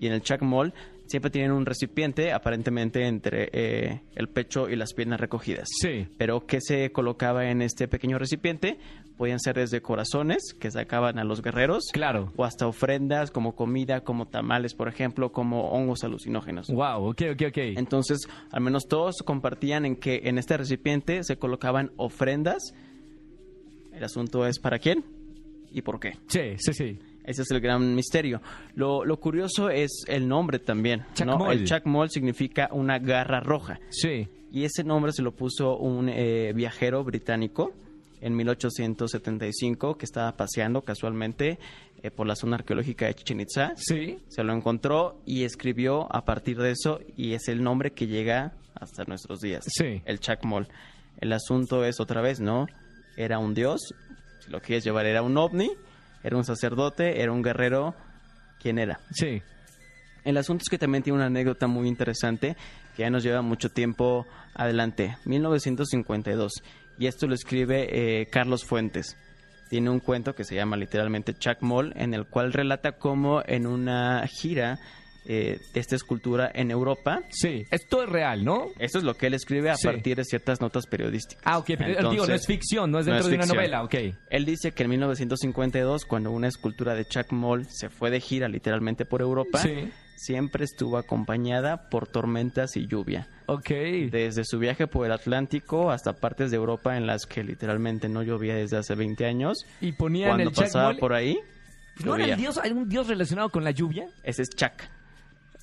[SPEAKER 8] y en el Chacmol siempre tienen un recipiente aparentemente entre eh, el pecho y las piernas recogidas.
[SPEAKER 1] Sí.
[SPEAKER 8] Pero que se colocaba en este pequeño recipiente podían ser desde corazones que sacaban a los guerreros
[SPEAKER 1] Claro.
[SPEAKER 8] o hasta ofrendas como comida, como tamales, por ejemplo, como hongos alucinógenos.
[SPEAKER 1] Wow, ok, ok, ok.
[SPEAKER 8] Entonces, al menos todos compartían en que en este recipiente se colocaban ofrendas. El asunto es para quién y por qué.
[SPEAKER 1] Sí, sí, sí.
[SPEAKER 8] Ese es el gran misterio. Lo, lo curioso es el nombre también. ¿no?
[SPEAKER 1] Chacmol.
[SPEAKER 8] El chacmol significa una garra roja.
[SPEAKER 1] Sí.
[SPEAKER 8] Y ese nombre se lo puso un eh, viajero británico en 1875 que estaba paseando casualmente eh, por la zona arqueológica de Chichen Itza.
[SPEAKER 1] Sí.
[SPEAKER 8] Se lo encontró y escribió a partir de eso y es el nombre que llega hasta nuestros días.
[SPEAKER 1] Sí.
[SPEAKER 8] El Chacmol. El asunto es otra vez, ¿no? Era un dios, si lo quieres llevar, era un ovni, era un sacerdote, era un guerrero. ¿Quién era?
[SPEAKER 1] Sí.
[SPEAKER 8] El asunto es que también tiene una anécdota muy interesante que ya nos lleva mucho tiempo adelante, 1952. Y esto lo escribe eh, Carlos Fuentes. Tiene un cuento que se llama literalmente Chuck Moll, en el cual relata cómo en una gira eh, de esta escultura en Europa,
[SPEAKER 1] Sí. Esto es real, ¿no?
[SPEAKER 8] esto es lo que él escribe a
[SPEAKER 1] Sí.
[SPEAKER 8] partir de ciertas notas periodísticas.
[SPEAKER 1] Ah, ok, pero digo, no
[SPEAKER 8] Entonces,
[SPEAKER 1] es ficción, no es
[SPEAKER 8] no
[SPEAKER 1] dentro
[SPEAKER 8] es
[SPEAKER 1] de una
[SPEAKER 8] ficción.
[SPEAKER 1] novela, ok.
[SPEAKER 8] él dice que en 1952, cuando una escultura de Chuck Moll se fue de gira literalmente por Europa,
[SPEAKER 1] Sí.
[SPEAKER 8] siempre estuvo acompañada por tormentas y lluvia.
[SPEAKER 1] Ok.
[SPEAKER 8] Desde su viaje por el Atlántico hasta partes de Europa en las que literalmente no llovía desde hace 20 años.
[SPEAKER 1] Y ponían
[SPEAKER 8] Cuando
[SPEAKER 1] el Jack
[SPEAKER 8] pasaba
[SPEAKER 1] Mole-
[SPEAKER 8] por ahí,
[SPEAKER 1] ¿No era
[SPEAKER 8] llovía.
[SPEAKER 1] el dios, algún dios relacionado con la lluvia?
[SPEAKER 8] Ese es Chak.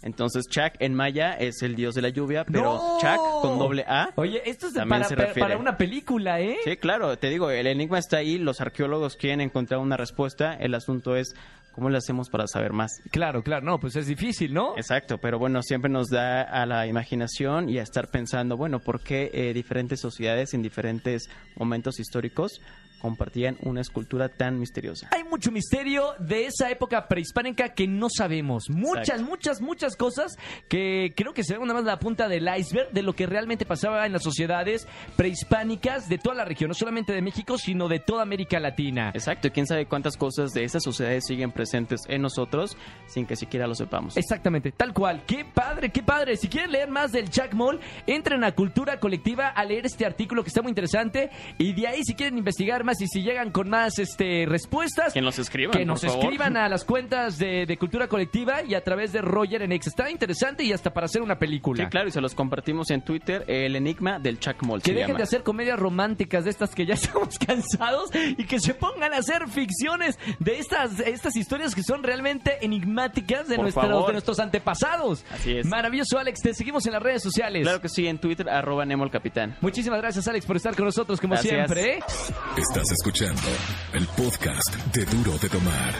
[SPEAKER 8] Entonces Chak en maya es el dios de la lluvia, pero
[SPEAKER 1] ¡No!
[SPEAKER 8] Chak con doble A.
[SPEAKER 1] Oye, esto es de-
[SPEAKER 8] Ah. También
[SPEAKER 1] para,
[SPEAKER 8] se
[SPEAKER 1] para-
[SPEAKER 8] refiere.
[SPEAKER 1] para una película, ¿eh?
[SPEAKER 8] Sí, claro, te digo, el enigma está ahí, los arqueólogos quieren encontrar una respuesta, el asunto es cómo le hacemos para saber más.
[SPEAKER 1] Claro, claro, no, pues es difícil, ¿no?
[SPEAKER 8] Exacto, pero bueno, siempre nos da a la imaginación y a estar pensando, bueno, ¿por qué eh, diferentes sociedades en diferentes momentos históricos compartían una escultura tan misteriosa?
[SPEAKER 1] Hay mucho misterio de esa época prehispánica que no sabemos. Muchas,
[SPEAKER 8] Exacto.
[SPEAKER 1] muchas, muchas cosas que creo que se ven nada más la punta del iceberg de lo que realmente pasaba en las sociedades prehispánicas de toda la región, no solamente de México, sino de toda América Latina.
[SPEAKER 8] Exacto, y quién sabe cuántas cosas de esas sociedades siguen presentes en nosotros sin que siquiera lo sepamos.
[SPEAKER 1] Exactamente, tal cual. Qué padre, qué padre. Si quieren leer más del Jack Moll, entren a Cultura Colectiva a leer este artículo que está muy interesante. Y de ahí, si quieren investigar más y si llegan con más este, respuestas,
[SPEAKER 8] Que nos escriban,
[SPEAKER 1] que
[SPEAKER 8] por
[SPEAKER 1] nos
[SPEAKER 8] favor.
[SPEAKER 1] escriban a las cuentas de, de Cultura Colectiva y a través de Roger en Ex. Está interesante y hasta para hacer una película.
[SPEAKER 8] Sí, claro, y se los compartimos en Twitter, el enigma del Chacmol.
[SPEAKER 1] Que
[SPEAKER 8] se
[SPEAKER 1] dejen
[SPEAKER 8] llama.
[SPEAKER 1] de hacer comedias románticas de estas que ya estamos cansados y que se pongan a hacer ficciones de estas, estas historias que son realmente enigmáticas de,
[SPEAKER 8] Por
[SPEAKER 1] nuestros,
[SPEAKER 8] favor.
[SPEAKER 1] de nuestros antepasados.
[SPEAKER 8] Así es.
[SPEAKER 1] Maravilloso, Alex. Te seguimos en las redes sociales.
[SPEAKER 8] Claro que sí, en Twitter, arroba Nemo el Capitán.
[SPEAKER 1] Muchísimas gracias, Alex, por estar con nosotros como
[SPEAKER 8] Gracias.
[SPEAKER 1] siempre. ¿eh?
[SPEAKER 2] Estás escuchando el podcast de Duro de Tomar.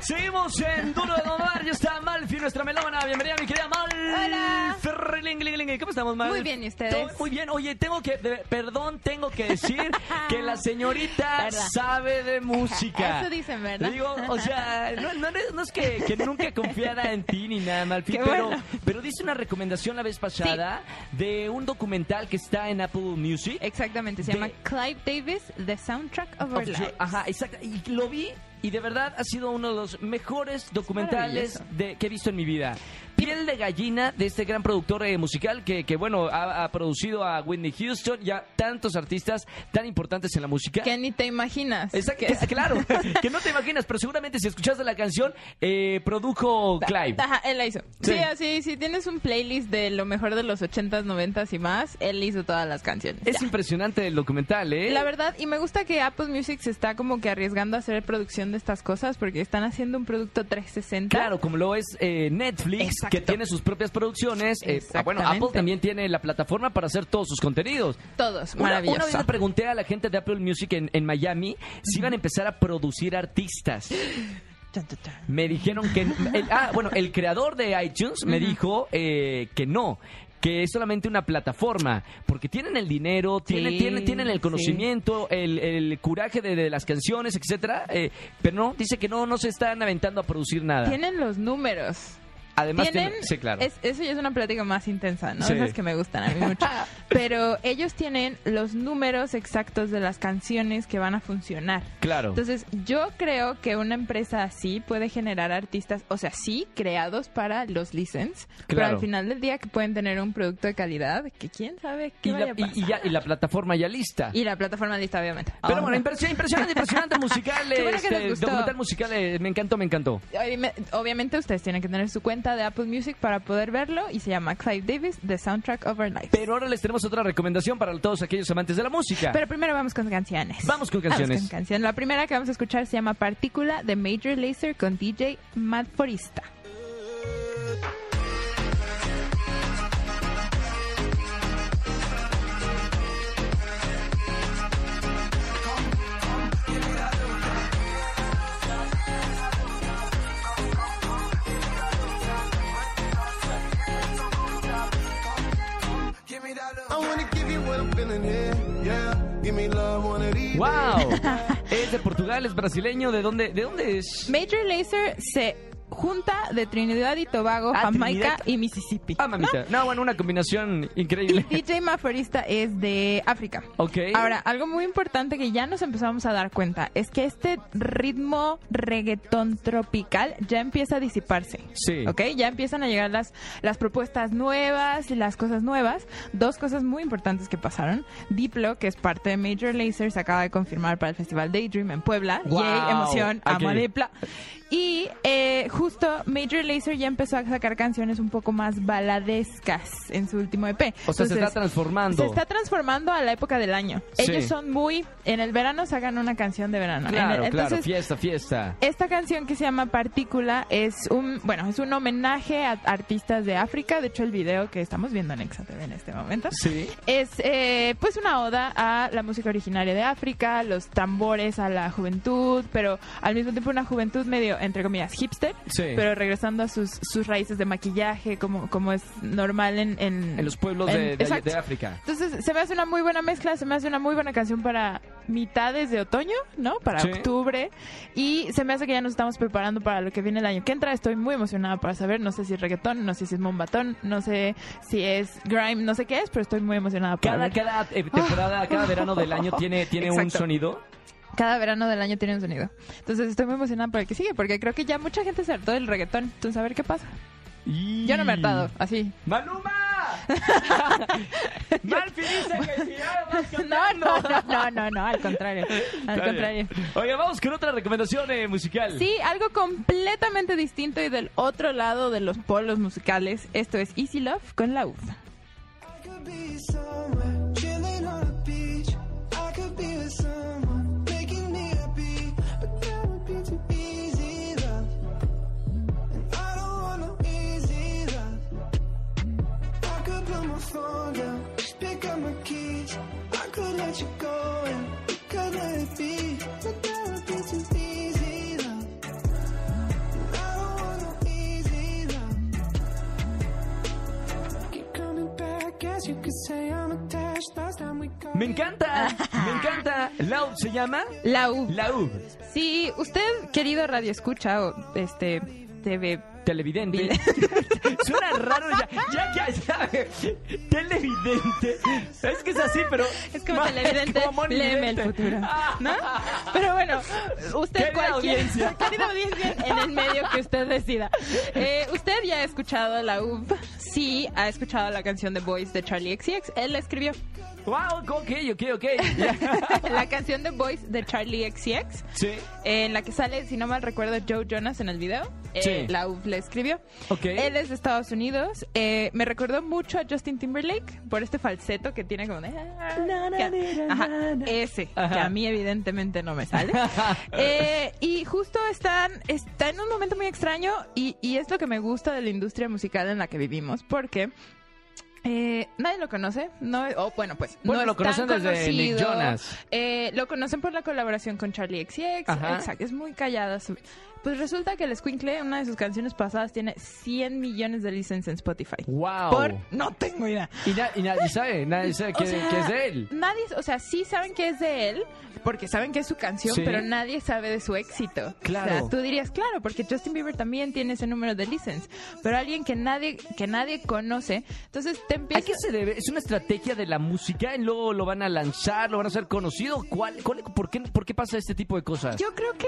[SPEAKER 1] Seguimos en Duro de Domar. Ya está Malfi, nuestra melona. Bienvenida, mi querida Mal.
[SPEAKER 9] Hola.
[SPEAKER 1] Ferrilingilingling. ¿Cómo estamos, Mal?
[SPEAKER 9] Muy bien, ¿y ustedes?
[SPEAKER 1] Todo Muy bien. Oye, tengo que... de- Perdón, tengo que decir que la señorita
[SPEAKER 9] ¿Verdad?
[SPEAKER 1] sabe de música.
[SPEAKER 9] Eso dicen, ¿verdad?
[SPEAKER 1] Digo, o sea, no, no eres- no es que, que nunca confiara en ti ni nada, Malfi,
[SPEAKER 9] Qué
[SPEAKER 1] pero,
[SPEAKER 9] bueno.
[SPEAKER 1] pero dice una recomendación la vez pasada de un documental que está en Apple Music.
[SPEAKER 9] Exactamente, se
[SPEAKER 1] De-
[SPEAKER 9] llama Clive Davis, The Soundtrack of Our
[SPEAKER 1] Of Your-
[SPEAKER 9] Lives.
[SPEAKER 1] Ajá, exacto. Y lo vi y de verdad ha sido uno de los mejores documentales
[SPEAKER 9] maravilloso.
[SPEAKER 1] de, que he visto en mi vida. Piel de gallina de este gran productor eh, musical que, que, bueno, ha, ha producido a Whitney Houston y a tantos artistas tan importantes en la música.
[SPEAKER 9] Que ni te imaginas.
[SPEAKER 1] Esa-
[SPEAKER 9] que-
[SPEAKER 1] que- claro, que no te imaginas, pero seguramente si escuchaste la canción, eh, produjo Clive.
[SPEAKER 9] Ajá, él la hizo.
[SPEAKER 1] Sí.
[SPEAKER 9] Sí, así, si tienes un playlist de lo mejor de los 80s, 90s y más, él hizo todas las canciones.
[SPEAKER 1] Es
[SPEAKER 9] Ya.
[SPEAKER 1] impresionante el documental, ¿eh?
[SPEAKER 9] La verdad, y me gusta que Apple Music se está como que arriesgando a hacer producción de estas cosas porque están haciendo un producto 360.
[SPEAKER 1] Claro, como lo es eh, Netflix,
[SPEAKER 9] Exacto.
[SPEAKER 1] que tiene sus propias producciones. eh, ah, bueno,
[SPEAKER 9] Exactamente.
[SPEAKER 1] Apple también tiene la plataforma para hacer todos sus contenidos.
[SPEAKER 9] Todos,
[SPEAKER 1] Una, una
[SPEAKER 9] maravilloso.
[SPEAKER 1] vez le pregunté a la gente de Apple Music en, en Miami si iban a empezar a producir artistas.
[SPEAKER 9] Chan, chan, chan.
[SPEAKER 1] Me dijeron que... el- ah, bueno, el creador de iTunes me dijo eh, que no que es solamente una plataforma, porque tienen el dinero, tienen,
[SPEAKER 9] Sí,
[SPEAKER 1] tienen, tienen el
[SPEAKER 9] sí.
[SPEAKER 1] conocimiento, el, el coraje de, de las canciones, etcétera, eh, pero no, dice que no, no se están aventando a producir nada.
[SPEAKER 9] Tienen los números.
[SPEAKER 1] Además,
[SPEAKER 9] tienen,
[SPEAKER 1] tiene- sí, claro.
[SPEAKER 9] es- eso ya es una plática más intensa, ¿no?
[SPEAKER 1] Sí.
[SPEAKER 9] Esas que me gustan a mí mucho. Pero ellos tienen los números exactos de las canciones que van a funcionar.
[SPEAKER 1] Claro.
[SPEAKER 9] Entonces, yo creo que una empresa así puede generar artistas, o sea, sí, creados para los license, pero
[SPEAKER 1] Claro.
[SPEAKER 9] al final del día que pueden tener un producto de calidad que quién sabe qué
[SPEAKER 1] y,
[SPEAKER 9] vaya
[SPEAKER 1] la,
[SPEAKER 9] a
[SPEAKER 1] y-
[SPEAKER 9] pasar.
[SPEAKER 1] y ya- y la plataforma ya lista.
[SPEAKER 9] Y la plataforma lista, obviamente.
[SPEAKER 1] Pero
[SPEAKER 9] Ah.
[SPEAKER 1] bueno, impresión- impresionante, impresionante musical.
[SPEAKER 9] Qué bueno que
[SPEAKER 1] este,
[SPEAKER 9] les gustó.
[SPEAKER 1] documental musical, eh, me encantó, me encantó.
[SPEAKER 9] Obvi- Obviamente ustedes tienen que tener su cuenta de Apple Music para poder verlo y se llama Clive Davis, The Soundtrack of Our Lives.
[SPEAKER 1] Pero ahora les tenemos otra recomendación para todos aquellos amantes de la música.
[SPEAKER 9] Pero primero vamos con canciones.
[SPEAKER 1] Ah. Vamos con canciones.
[SPEAKER 9] con canción. La primera que vamos a escuchar se llama Partícula de Major Lazer con DJ Matt Forista.
[SPEAKER 10] I wanna give you what I'm feeling here. Yeah, give me love one of these.
[SPEAKER 1] ¡Wow! es de Portugal, es brasileño. ¿De dónde, de dónde es?
[SPEAKER 9] Major Lazer se junta de Trinidad y Tobago,
[SPEAKER 1] Ah,
[SPEAKER 9] Jamaica
[SPEAKER 1] Trinidad.
[SPEAKER 9] y Mississippi.
[SPEAKER 1] Ah, mamita. No, bueno, una combinación
[SPEAKER 9] Y
[SPEAKER 1] increíble.
[SPEAKER 9] DJ Matt Forista es de África.
[SPEAKER 1] Ok.
[SPEAKER 9] Ahora, algo muy importante que ya nos empezamos a dar cuenta es que este ritmo reggaetón tropical ya empieza a disiparse.
[SPEAKER 1] Sí.
[SPEAKER 9] ¿Ok? Ya empiezan a llegar las, las propuestas nuevas, las cosas nuevas. Dos cosas muy importantes que pasaron. Diplo, que es parte de Major Lazer, se acaba de confirmar para el Festival Daydream en Puebla.
[SPEAKER 1] Wow.
[SPEAKER 9] Yay, emoción, amo a
[SPEAKER 1] Aquí.
[SPEAKER 9] Diplo. Y eh, justo Major Lazer ya empezó a sacar canciones un poco más baladescas en su último EP.
[SPEAKER 1] O sea, se
[SPEAKER 9] Entonces,
[SPEAKER 1] está transformando.
[SPEAKER 9] se está transformando a la época del año.
[SPEAKER 1] Sí.
[SPEAKER 9] Ellos son muy... En el verano sacan una canción de verano. En
[SPEAKER 1] Claro,
[SPEAKER 9] el-
[SPEAKER 1] claro.
[SPEAKER 9] entonces,
[SPEAKER 1] Fiesta, fiesta.
[SPEAKER 9] esta canción que se llama Partícula es un... Bueno, es un homenaje a artistas de África. De hecho, el video que estamos viendo en Exa TV en este momento
[SPEAKER 1] Sí.
[SPEAKER 9] es eh, pues una oda a la música originaria de África, los tambores a la juventud, pero al mismo tiempo una juventud medio, entre comillas, hipster,
[SPEAKER 1] Sí.
[SPEAKER 9] pero regresando a sus, sus raíces de maquillaje, como, como es normal en... En,
[SPEAKER 1] En los pueblos
[SPEAKER 9] en-
[SPEAKER 1] de, de-
[SPEAKER 9] exacto.
[SPEAKER 1] de África.
[SPEAKER 9] Entonces, se me hace una muy buena mezcla, se me hace una muy buena canción para mitades de otoño, ¿no? Para
[SPEAKER 1] Sí.
[SPEAKER 9] octubre. Y se me hace que ya nos estamos preparando para lo que viene el año que entra. Estoy muy emocionada para saber, no sé si es reggaetón, no sé si es mombatón, no sé si es grime, no sé qué es, pero estoy muy emocionada para
[SPEAKER 1] Cada,
[SPEAKER 9] ver.
[SPEAKER 1] cada eh, temporada, cada verano del año tiene, tiene un
[SPEAKER 9] Ah. Exacto.
[SPEAKER 1] sonido.
[SPEAKER 9] Cada verano del año tiene un sonido. Entonces, estoy muy emocionada por el que sigue, porque creo que ya mucha gente se hartó del reggaetón. Entonces, a ver qué pasa.
[SPEAKER 1] Y-
[SPEAKER 9] Yo no me he hartado, así.
[SPEAKER 1] ¡Maluma! Malfi dice que si ya lo vas
[SPEAKER 9] No,
[SPEAKER 1] cantando.
[SPEAKER 9] no, no, no, no, no, al contrario. Al
[SPEAKER 1] Está
[SPEAKER 9] contrario.
[SPEAKER 1] bien. Oiga, vamos con otra recomendación eh, musical.
[SPEAKER 9] Sí, algo completamente distinto y del otro lado de los polos musicales. Esto es Easy Love con la UF.
[SPEAKER 10] I could be somewhere, chilling on a beach. I could be with someone, making me happy. But that would be too easy, love. And I don't want no easy love. I could blow my phone down, pick up my keys. I could let you go and you could let it be. But that would be too easy, love. And I don't want no easy love. Keep coming back, guess you could say I'm attached. Last time we got
[SPEAKER 1] Me encanta, me encanta. Lau se llama
[SPEAKER 9] La UF.
[SPEAKER 1] Lau,
[SPEAKER 9] Si usted, querido radio escucha o este TV
[SPEAKER 1] televidente. Suena raro ya, ya que allá, televidente. Es que es así, pero
[SPEAKER 9] es como
[SPEAKER 1] ma-
[SPEAKER 9] televidente,
[SPEAKER 1] como Moni
[SPEAKER 9] léeme el
[SPEAKER 1] Vidente.
[SPEAKER 9] futuro,
[SPEAKER 1] Ah,
[SPEAKER 9] ¿no? Pero bueno, usted
[SPEAKER 1] Querida
[SPEAKER 9] cualquier
[SPEAKER 1] audiencia.
[SPEAKER 9] querida audiencia en el medio que usted decida. Eh, usted ya ha escuchado la UF, sí ha escuchado la canción de Boys de Charlie XCX, él la escribió.
[SPEAKER 1] Wow, ok, ok, ok. Ya.
[SPEAKER 9] la canción de Boys de Charlie XCX.
[SPEAKER 1] Sí,
[SPEAKER 9] en la que sale, si no mal recuerdo, Joe Jonas en el video. Eh,
[SPEAKER 1] Sí.
[SPEAKER 9] La UF le escribió.
[SPEAKER 1] ok.
[SPEAKER 9] Él es de Estados Unidos. Eh, me recordó mucho a Justin Timberlake por este falseto que tiene como de... que- ajá, ese, que
[SPEAKER 1] Ajá.
[SPEAKER 9] a mí evidentemente no me sale. Eh, y justo están, está en un momento muy extraño y, y es lo que me gusta de la industria musical en la que vivimos porque... Eh, nadie lo conoce, no, o bueno, pues
[SPEAKER 1] Bueno,
[SPEAKER 9] no
[SPEAKER 1] lo
[SPEAKER 9] es tan
[SPEAKER 1] conocen desde Nick
[SPEAKER 9] conocido.
[SPEAKER 1] Jonas.
[SPEAKER 9] Eh, lo conocen por la colaboración con Charlie XCX,
[SPEAKER 1] Ajá.
[SPEAKER 9] exacto, es muy callada. su- Pues resulta que el Squinkle, una de sus canciones pasadas, tiene 100 millones de licencias en Spotify.
[SPEAKER 1] ¡Wow!
[SPEAKER 9] Por no tengo idea.
[SPEAKER 1] Y, na- y nadie sabe, nadie sabe
[SPEAKER 9] O
[SPEAKER 1] que,
[SPEAKER 9] sea,
[SPEAKER 1] que es de él.
[SPEAKER 9] Nadie, o sea, sí saben que es de él, porque saben que es su canción,
[SPEAKER 1] Sí.
[SPEAKER 9] pero nadie sabe de su éxito.
[SPEAKER 1] Claro.
[SPEAKER 9] O sea, tú dirías, claro, porque Justin Bieber también tiene ese número de license, pero alguien que nadie, que nadie conoce, entonces te
[SPEAKER 1] ¿A
[SPEAKER 9] empieza...
[SPEAKER 1] qué se debe? ¿Es una estrategia de la música y luego lo van a lanzar, lo van a hacer conocido? ¿Cuál, cuál, por, qué, ¿Por qué pasa este tipo de cosas?
[SPEAKER 9] Yo creo que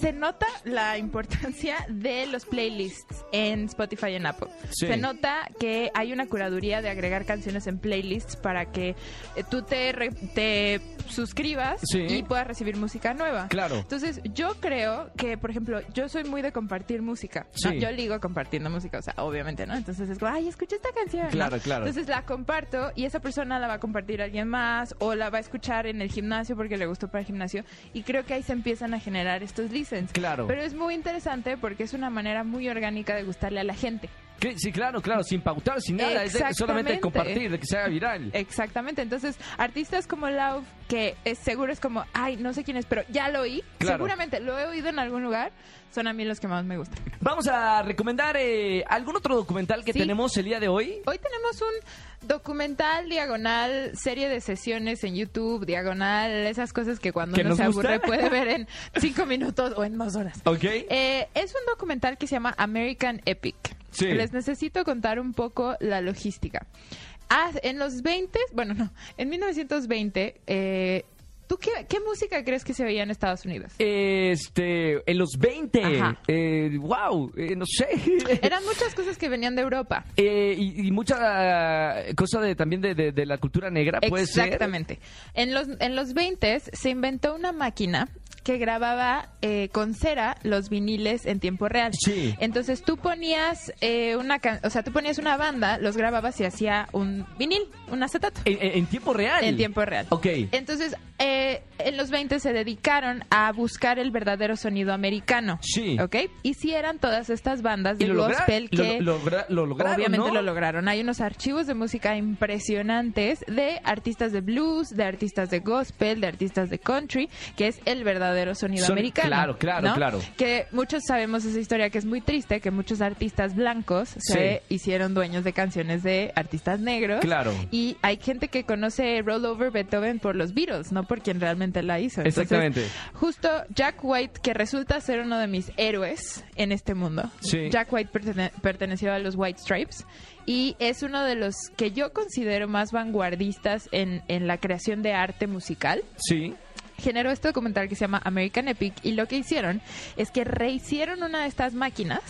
[SPEAKER 9] se nota la importancia de los playlists en Spotify y en Apple.
[SPEAKER 1] Sí.
[SPEAKER 9] Se nota que hay una curaduría de agregar canciones en playlists para que eh, tú te, re- te suscribas
[SPEAKER 1] Sí.
[SPEAKER 9] y puedas recibir música nueva.
[SPEAKER 1] Claro.
[SPEAKER 9] Entonces, yo creo que, por ejemplo, yo soy muy de compartir música. ¿no?
[SPEAKER 1] Sí.
[SPEAKER 9] Yo ligo compartiendo música, o sea, obviamente, ¿no? Entonces es como, ay, escucha esta canción. ¿no?
[SPEAKER 1] Claro, claro.
[SPEAKER 9] Entonces la comparto y esa persona la va a compartir a alguien más o la va a escuchar en el gimnasio porque le gustó para el gimnasio. Y creo que ahí se empiezan a generar estos licenses.
[SPEAKER 1] Claro.
[SPEAKER 9] Pero es muy interesante porque es una manera muy orgánica de gustarle a la gente.
[SPEAKER 1] ¿Qué? Sí, claro, claro, sin pautar, sin nada, es de- solamente de
[SPEAKER 9] Exactamente. Eh,
[SPEAKER 1] compartir, de que se haga viral.
[SPEAKER 9] Exactamente. Entonces, artistas como Lauf, que es, seguro es como, ay, no sé quién es, pero ya lo oí.
[SPEAKER 1] Claro.
[SPEAKER 9] Seguramente lo he oído en algún lugar. Son a mí los que más me gustan.
[SPEAKER 1] Vamos a recomendar eh, algún otro documental que
[SPEAKER 9] Sí.
[SPEAKER 1] tenemos el día de hoy.
[SPEAKER 9] Hoy tenemos un documental diagonal, serie de sesiones en YouTube, diagonal, esas cosas que cuando
[SPEAKER 1] ¿Que
[SPEAKER 9] uno
[SPEAKER 1] nos
[SPEAKER 9] se aburre
[SPEAKER 1] gustan?
[SPEAKER 9] puede ver en cinco minutos o en más horas.
[SPEAKER 1] ¿Ok?
[SPEAKER 9] Eh, es un documental que se llama American Epic.
[SPEAKER 1] Sí.
[SPEAKER 9] Les necesito contar un poco la logística. Ah, en los 20, bueno, no, en 1920, eh, ¿tú qué, qué música crees que se veía en Estados Unidos?
[SPEAKER 1] Eh, Este, en los 20.
[SPEAKER 9] Ajá.
[SPEAKER 1] Eh, wow, eh, no sé.
[SPEAKER 9] Eran muchas cosas que venían de Europa.
[SPEAKER 1] Eh, y, y mucha eh, cosa de, también de, de- de la cultura negra, puede ser.
[SPEAKER 9] Exactamente. En los, en los 20 se inventó una máquina que grababa eh, con cera los viniles en tiempo real.
[SPEAKER 1] Sí.
[SPEAKER 9] Entonces tú ponías eh, una, can- o sea, tú ponías una banda, los grababas y hacía un vinil, un acetato.
[SPEAKER 1] En, en- en tiempo real.
[SPEAKER 9] En tiempo real.
[SPEAKER 1] Ok.
[SPEAKER 9] Entonces, eh, en los 20 se dedicaron a buscar el verdadero sonido americano.
[SPEAKER 1] Sí.
[SPEAKER 9] ¿Ok? Y si eran todas estas bandas
[SPEAKER 1] Y
[SPEAKER 9] de
[SPEAKER 1] lo, logra-
[SPEAKER 9] gospel
[SPEAKER 1] lo-
[SPEAKER 9] que...
[SPEAKER 1] lo logra- lo lograron,
[SPEAKER 9] Obviamente
[SPEAKER 1] ¿no?
[SPEAKER 9] lo lograron. Hay unos archivos de música impresionantes de artistas de blues, de artistas de gospel, de artistas de country, que es el verdadero sonido
[SPEAKER 1] Son-
[SPEAKER 9] americano.
[SPEAKER 1] claro, claro,
[SPEAKER 9] ¿no?
[SPEAKER 1] claro.
[SPEAKER 9] Que muchos sabemos esa historia que es muy triste, que muchos artistas blancos se hicieron dueños de canciones de artistas negros.
[SPEAKER 1] Claro.
[SPEAKER 9] Y hay gente que conoce Rollover Beethoven por los Beatles, no por quien realmente la hizo. Entonces,
[SPEAKER 1] Exactamente.
[SPEAKER 9] Justo Jack White, que resulta ser uno de mis héroes en este mundo.
[SPEAKER 1] Sí.
[SPEAKER 9] Jack White pertene- perteneció a los White Stripes y es uno de los que yo considero más vanguardistas en, en la creación de arte musical.
[SPEAKER 1] Sí.
[SPEAKER 9] Generó este documental que se llama American Epic y lo que hicieron es que rehicieron una de estas máquinas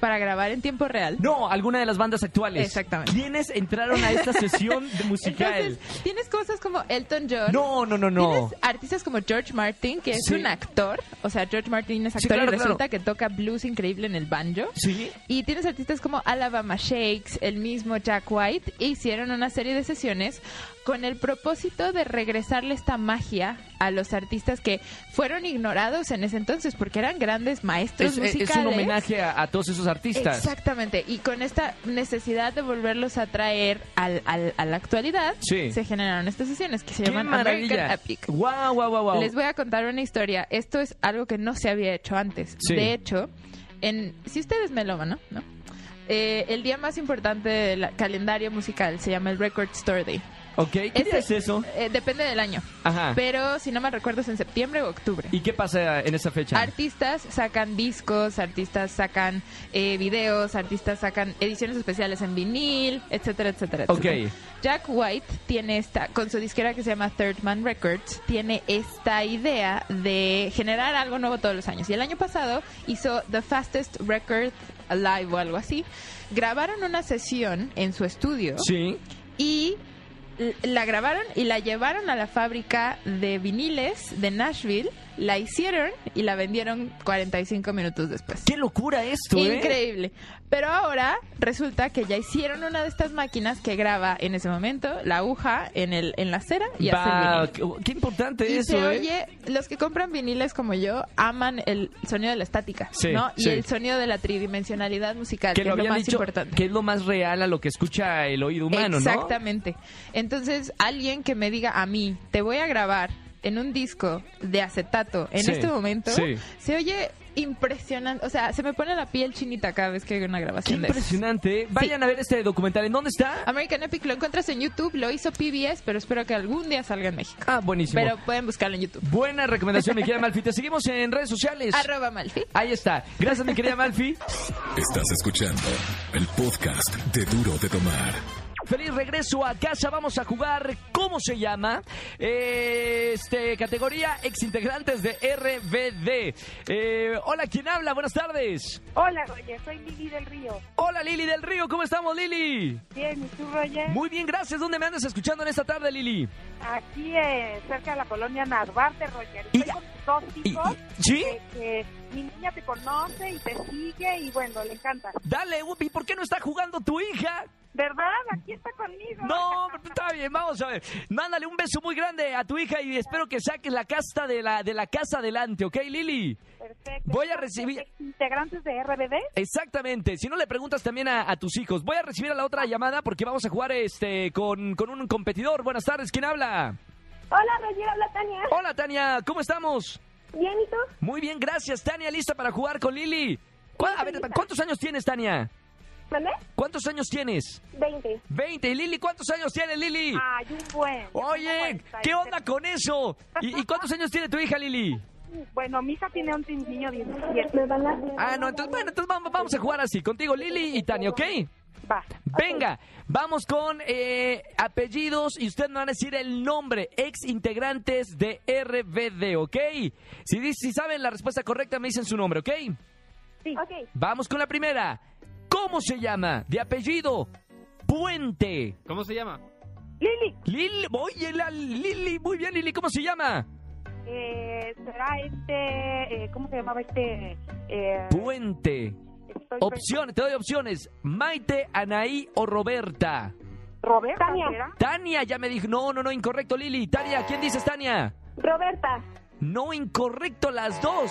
[SPEAKER 9] para grabar en tiempo real.
[SPEAKER 1] No, alguna de las bandas actuales.
[SPEAKER 9] Exactamente.
[SPEAKER 1] ¿Quiénes entraron a esta sesión de musical?
[SPEAKER 9] Entonces, tienes cosas como Elton John.
[SPEAKER 1] no, no, no, no.
[SPEAKER 9] Tienes artistas como George Martin, que es
[SPEAKER 1] Sí.
[SPEAKER 9] un actor. O sea, George Martin es
[SPEAKER 1] Sí,
[SPEAKER 9] actor
[SPEAKER 1] claro,
[SPEAKER 9] y resulta
[SPEAKER 1] claro.
[SPEAKER 9] que toca blues increíble en el banjo.
[SPEAKER 1] Sí.
[SPEAKER 9] Y tienes artistas como Alabama Shakes, el mismo Jack White, e hicieron una serie de sesiones con el propósito de regresarle esta magia a los artistas que fueron ignorados en ese entonces porque eran grandes maestros
[SPEAKER 1] Es, es- es
[SPEAKER 9] musicales.
[SPEAKER 1] un homenaje a, a todos esos artistas.
[SPEAKER 9] Exactamente, y con esta necesidad de volverlos a traer al, al- a la actualidad,
[SPEAKER 1] Sí.
[SPEAKER 9] se generaron estas sesiones que se
[SPEAKER 1] ¡Qué
[SPEAKER 9] llaman American
[SPEAKER 1] maravilla!
[SPEAKER 9] Epic.
[SPEAKER 1] ¡Wow, wow, wow, wow!
[SPEAKER 9] Les voy a contar una historia. Esto es algo que no se había hecho antes.
[SPEAKER 1] Sí.
[SPEAKER 9] De hecho, en, si ustedes me lo ¿no? ¿No? Eh, el día más importante del calendario musical se llama el Record Store Day.
[SPEAKER 1] Ok, ¿qué
[SPEAKER 9] Ese-
[SPEAKER 1] día es eso? Ah.
[SPEAKER 9] eh, depende del año.
[SPEAKER 1] Ajá.
[SPEAKER 9] Pero si no me recuerdo es en septiembre o octubre.
[SPEAKER 1] ¿Y qué pasa en esa fecha?
[SPEAKER 9] Artistas sacan discos, artistas sacan eh, videos, artistas sacan ediciones especiales en vinil, etcétera, etcétera.
[SPEAKER 1] Ok.
[SPEAKER 9] etcétera. Jack White tiene esta, con su disquera que se llama Third Man Records, tiene esta idea de generar algo nuevo todos los años. Y el año pasado hizo The Fastest Record Alive o algo así. Grabaron una sesión en su estudio
[SPEAKER 1] Sí.
[SPEAKER 9] y l- la grabaron y la llevaron a la fábrica de viniles de Nashville la hicieron y la vendieron 45 minutos después.
[SPEAKER 1] ¡Qué locura esto, eh!
[SPEAKER 9] Increíble. Pero ahora resulta que ya hicieron una de estas máquinas que graba en ese momento la aguja en el en la cera y hace el
[SPEAKER 1] Va,
[SPEAKER 9] vinilo.
[SPEAKER 1] qué, qué importante
[SPEAKER 9] Y
[SPEAKER 1] eso,
[SPEAKER 9] se
[SPEAKER 1] eh.
[SPEAKER 9] oye, los que compran viniles como yo aman el sonido de la estática,
[SPEAKER 1] Sí,
[SPEAKER 9] ¿no? Y
[SPEAKER 1] sí.
[SPEAKER 9] el sonido de la tridimensionalidad musical, que,
[SPEAKER 1] que lo
[SPEAKER 9] es lo
[SPEAKER 1] habían
[SPEAKER 9] más
[SPEAKER 1] dicho
[SPEAKER 9] importante.
[SPEAKER 1] que es lo más real a lo que escucha el oído humano, ¿no?
[SPEAKER 9] Exactamente. Entonces, alguien que me diga a mí, te voy a grabar en un disco de acetato en
[SPEAKER 1] Sí,
[SPEAKER 9] este momento,
[SPEAKER 1] sí.
[SPEAKER 9] se oye impresionante. O sea, se me pone la piel chinita cada vez que hay una
[SPEAKER 1] Qué
[SPEAKER 9] grabación de esas.
[SPEAKER 1] impresionante. eh. Vayan a ver este documental. ¿En dónde está?
[SPEAKER 9] American Epic lo encuentras en YouTube, lo hizo PBS, pero espero que algún día salga en México.
[SPEAKER 1] Ah, buenísimo.
[SPEAKER 9] Pero pueden buscarlo en YouTube.
[SPEAKER 1] Buena recomendación, mi querida Malfi. Te seguimos en redes sociales.
[SPEAKER 9] Arroba Malfi.
[SPEAKER 1] Ahí está. Gracias, mi querida Malfi.
[SPEAKER 2] Estás escuchando el podcast de Duro de Tomar.
[SPEAKER 1] Feliz regreso a casa. Vamos a jugar. ¿Cómo se llama? Eh, Este categoría exintegrantes de RBD. Eh, hola, ¿quién habla? Buenas tardes.
[SPEAKER 11] Hola, Roger, soy Lili del Río.
[SPEAKER 1] Hola, Lili del Río. ¿Cómo estamos, Lili?
[SPEAKER 11] Bien, ¿y tú, Roger?
[SPEAKER 1] Muy bien, gracias. ¿Dónde me andas escuchando en esta tarde, Lili?
[SPEAKER 11] Aquí, eh, cerca de la colonia Narvarte, Roger. Estoy con mis dos hijos.
[SPEAKER 1] ¿Sí?
[SPEAKER 11] que- que mi niña te conoce y te sigue y, bueno, le encanta.
[SPEAKER 1] Dale, Upi, ¿por qué no está jugando tu hija?
[SPEAKER 11] ¿Verdad? Aquí está conmigo.
[SPEAKER 1] No, pero está bien, vamos a ver. Mándale un beso muy grande a tu hija y espero que saques la casta de la, de la casa adelante, ¿ok, Lili?
[SPEAKER 11] Perfecto.
[SPEAKER 1] Voy a recibir...
[SPEAKER 11] ¿Integrantes de RBD?
[SPEAKER 1] Exactamente, si no le preguntas también a, a tus hijos. Voy a recibir a la otra llamada porque vamos a jugar este con, con un competidor. Buenas tardes, ¿quién habla?
[SPEAKER 12] Hola, Roger, habla Tania.
[SPEAKER 1] Hola, Tania, ¿cómo estamos?
[SPEAKER 12] Bien, ¿y tú?
[SPEAKER 1] Muy bien, gracias, Tania, lista para jugar con Lili. ¿Cuá- a ver, ¿cuántos años tienes, Tania?
[SPEAKER 12] ¿Mandé?
[SPEAKER 1] ¿Cuántos años tienes?
[SPEAKER 12] 20.
[SPEAKER 1] 20. ¿Y Lili cuántos años tiene, Lili?
[SPEAKER 11] Ay, un buen. este
[SPEAKER 1] Oye, ¿qué onda con eso? ¿Y, y cuántos años tiene tu hija, Lili?
[SPEAKER 11] Bueno, mi hija tiene un niño 17.
[SPEAKER 12] Me van a...
[SPEAKER 1] Ah, no, entonces, bueno, entonces vamos, vamos a jugar así, contigo, Lili y Tania, ¿ok?
[SPEAKER 11] Va.
[SPEAKER 1] Venga, vamos con eh, apellidos y usted me va a decir el nombre, ex integrantes de RBD, ¿ok? Si, dice- si saben la respuesta correcta, me dicen su nombre, ¿ok?
[SPEAKER 12] Sí. Ok.
[SPEAKER 1] Vamos con la primera. ¿Cómo se llama? De apellido, Puente.
[SPEAKER 13] ¿Cómo se llama?
[SPEAKER 11] Lili.
[SPEAKER 1] Lili, oye, la Lili, muy bien, Lili, ¿cómo se llama?
[SPEAKER 11] Eh, será este, eh, ¿cómo se llamaba este? Eh,
[SPEAKER 1] Puente.
[SPEAKER 11] estoy
[SPEAKER 1] Opciones, te doy opciones. Maite, Anaí o Roberta.
[SPEAKER 11] Roberta, ¿será?
[SPEAKER 1] Tania ya me dijo. No, no, no, incorrecto, Lili. Tania, ¿quién dices Tania?
[SPEAKER 12] Roberta.
[SPEAKER 1] No, incorrecto las dos.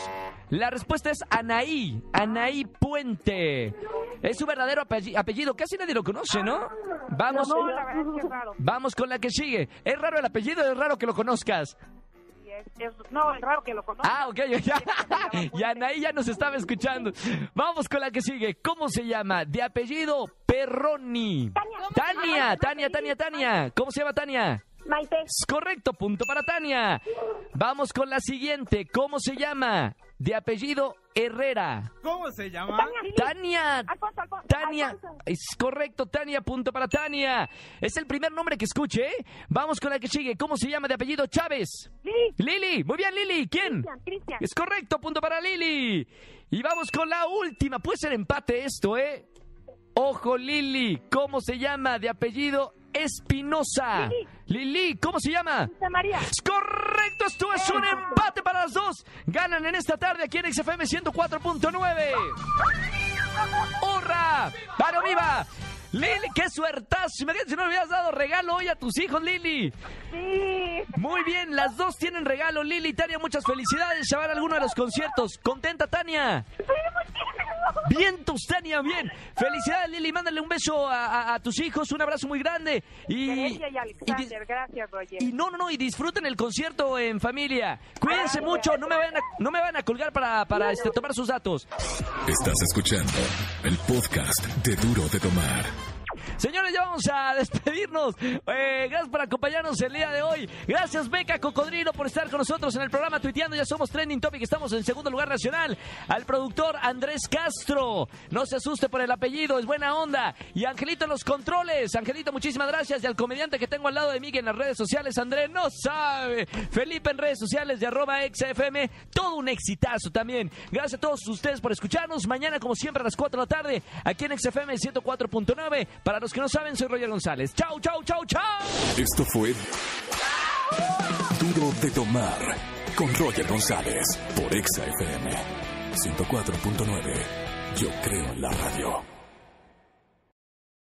[SPEAKER 1] La respuesta es Anaí. Anaí Puente. Es su verdadero apelli- apellido. Casi nadie lo conoce, ¿no? Vamos.
[SPEAKER 11] No, la verdad es que es raro.
[SPEAKER 1] Vamos con la que sigue. Es raro el apellido, es raro que lo conozcas.
[SPEAKER 11] Sí, es- es- no, es raro que lo conozca.
[SPEAKER 1] Ah, ok, ya. Y Anaí ya nos estaba escuchando. Vamos con la que sigue. ¿Cómo se llama? De apellido Perroni. Tania, Tania, Tania, Tania. ¿Cómo se llama Tania?
[SPEAKER 12] Maite.
[SPEAKER 1] Es correcto, punto para Tania. Vamos con la siguiente. ¿Cómo se llama? De apellido Herrera.
[SPEAKER 13] ¿Cómo se llama?
[SPEAKER 1] Tania. Tania. Es correcto, Tania. Punto para Tania. Es el primer nombre que escuche. ¿eh? Vamos con la que sigue. ¿Cómo se llama de apellido Chávez?
[SPEAKER 12] Lili.
[SPEAKER 1] Lili. Muy bien, Lili. ¿Quién?
[SPEAKER 12] Cristian.
[SPEAKER 1] Es correcto, punto para Lili. Y vamos con la última. Puede ser empate esto, ¿eh? Ojo, Lili. ¿Cómo se llama de apellido Espinosa? Lili, ¿cómo se llama?
[SPEAKER 12] María.
[SPEAKER 1] Es correcto, esto es un empate para las dos. Ganan en esta tarde aquí en XFM 104.9. ¡Hurra! ¡Varo viva! Lili, qué suertazo. Imagínate si no le hubieras dado regalo hoy a tus hijos, Lili.
[SPEAKER 12] Sí.
[SPEAKER 1] Muy bien, las dos tienen regalo. Lili y Tania, muchas felicidades. Se van a alguno de los conciertos. ¿Contenta, Tania? Vientos, Tania, bien. Felicidades, Lili. Mándale un beso a, a- a tus hijos. Un abrazo muy grande. Y,
[SPEAKER 11] Grecia y Alexander, gracias, Roger.
[SPEAKER 1] y no, no, no, y disfruten el concierto en familia. Cuídense mucho, no me van a, no me van a colgar para, para este, tomar sus datos.
[SPEAKER 2] Estás escuchando el podcast de Duro de Tomar.
[SPEAKER 1] Señores, ya vamos a despedirnos. Eh, gracias por acompañarnos el día de hoy. Gracias, Beca Cocodrilo, por estar con nosotros en el programa Tuiteando. Ya somos Trending Topic, estamos en segundo lugar nacional. Al productor Andrés Castro. No se asuste por el apellido, es buena onda. Y Angelito en los controles. Angelito, muchísimas gracias. Y al comediante que tengo al lado de mí que en las redes sociales, Andrés, no sabe. Felipe en redes sociales de arroba XFM. Todo un exitazo también. Gracias a todos ustedes por escucharnos. Mañana, como siempre, a las 4 de la tarde, aquí en XFM 104.9. Para los que no saben, soy Roger González. Chau, chau, chau, chau.
[SPEAKER 2] Esto fue Duro de Tomar con Roger González por Exa FM 104.9. Yo creo en la radio.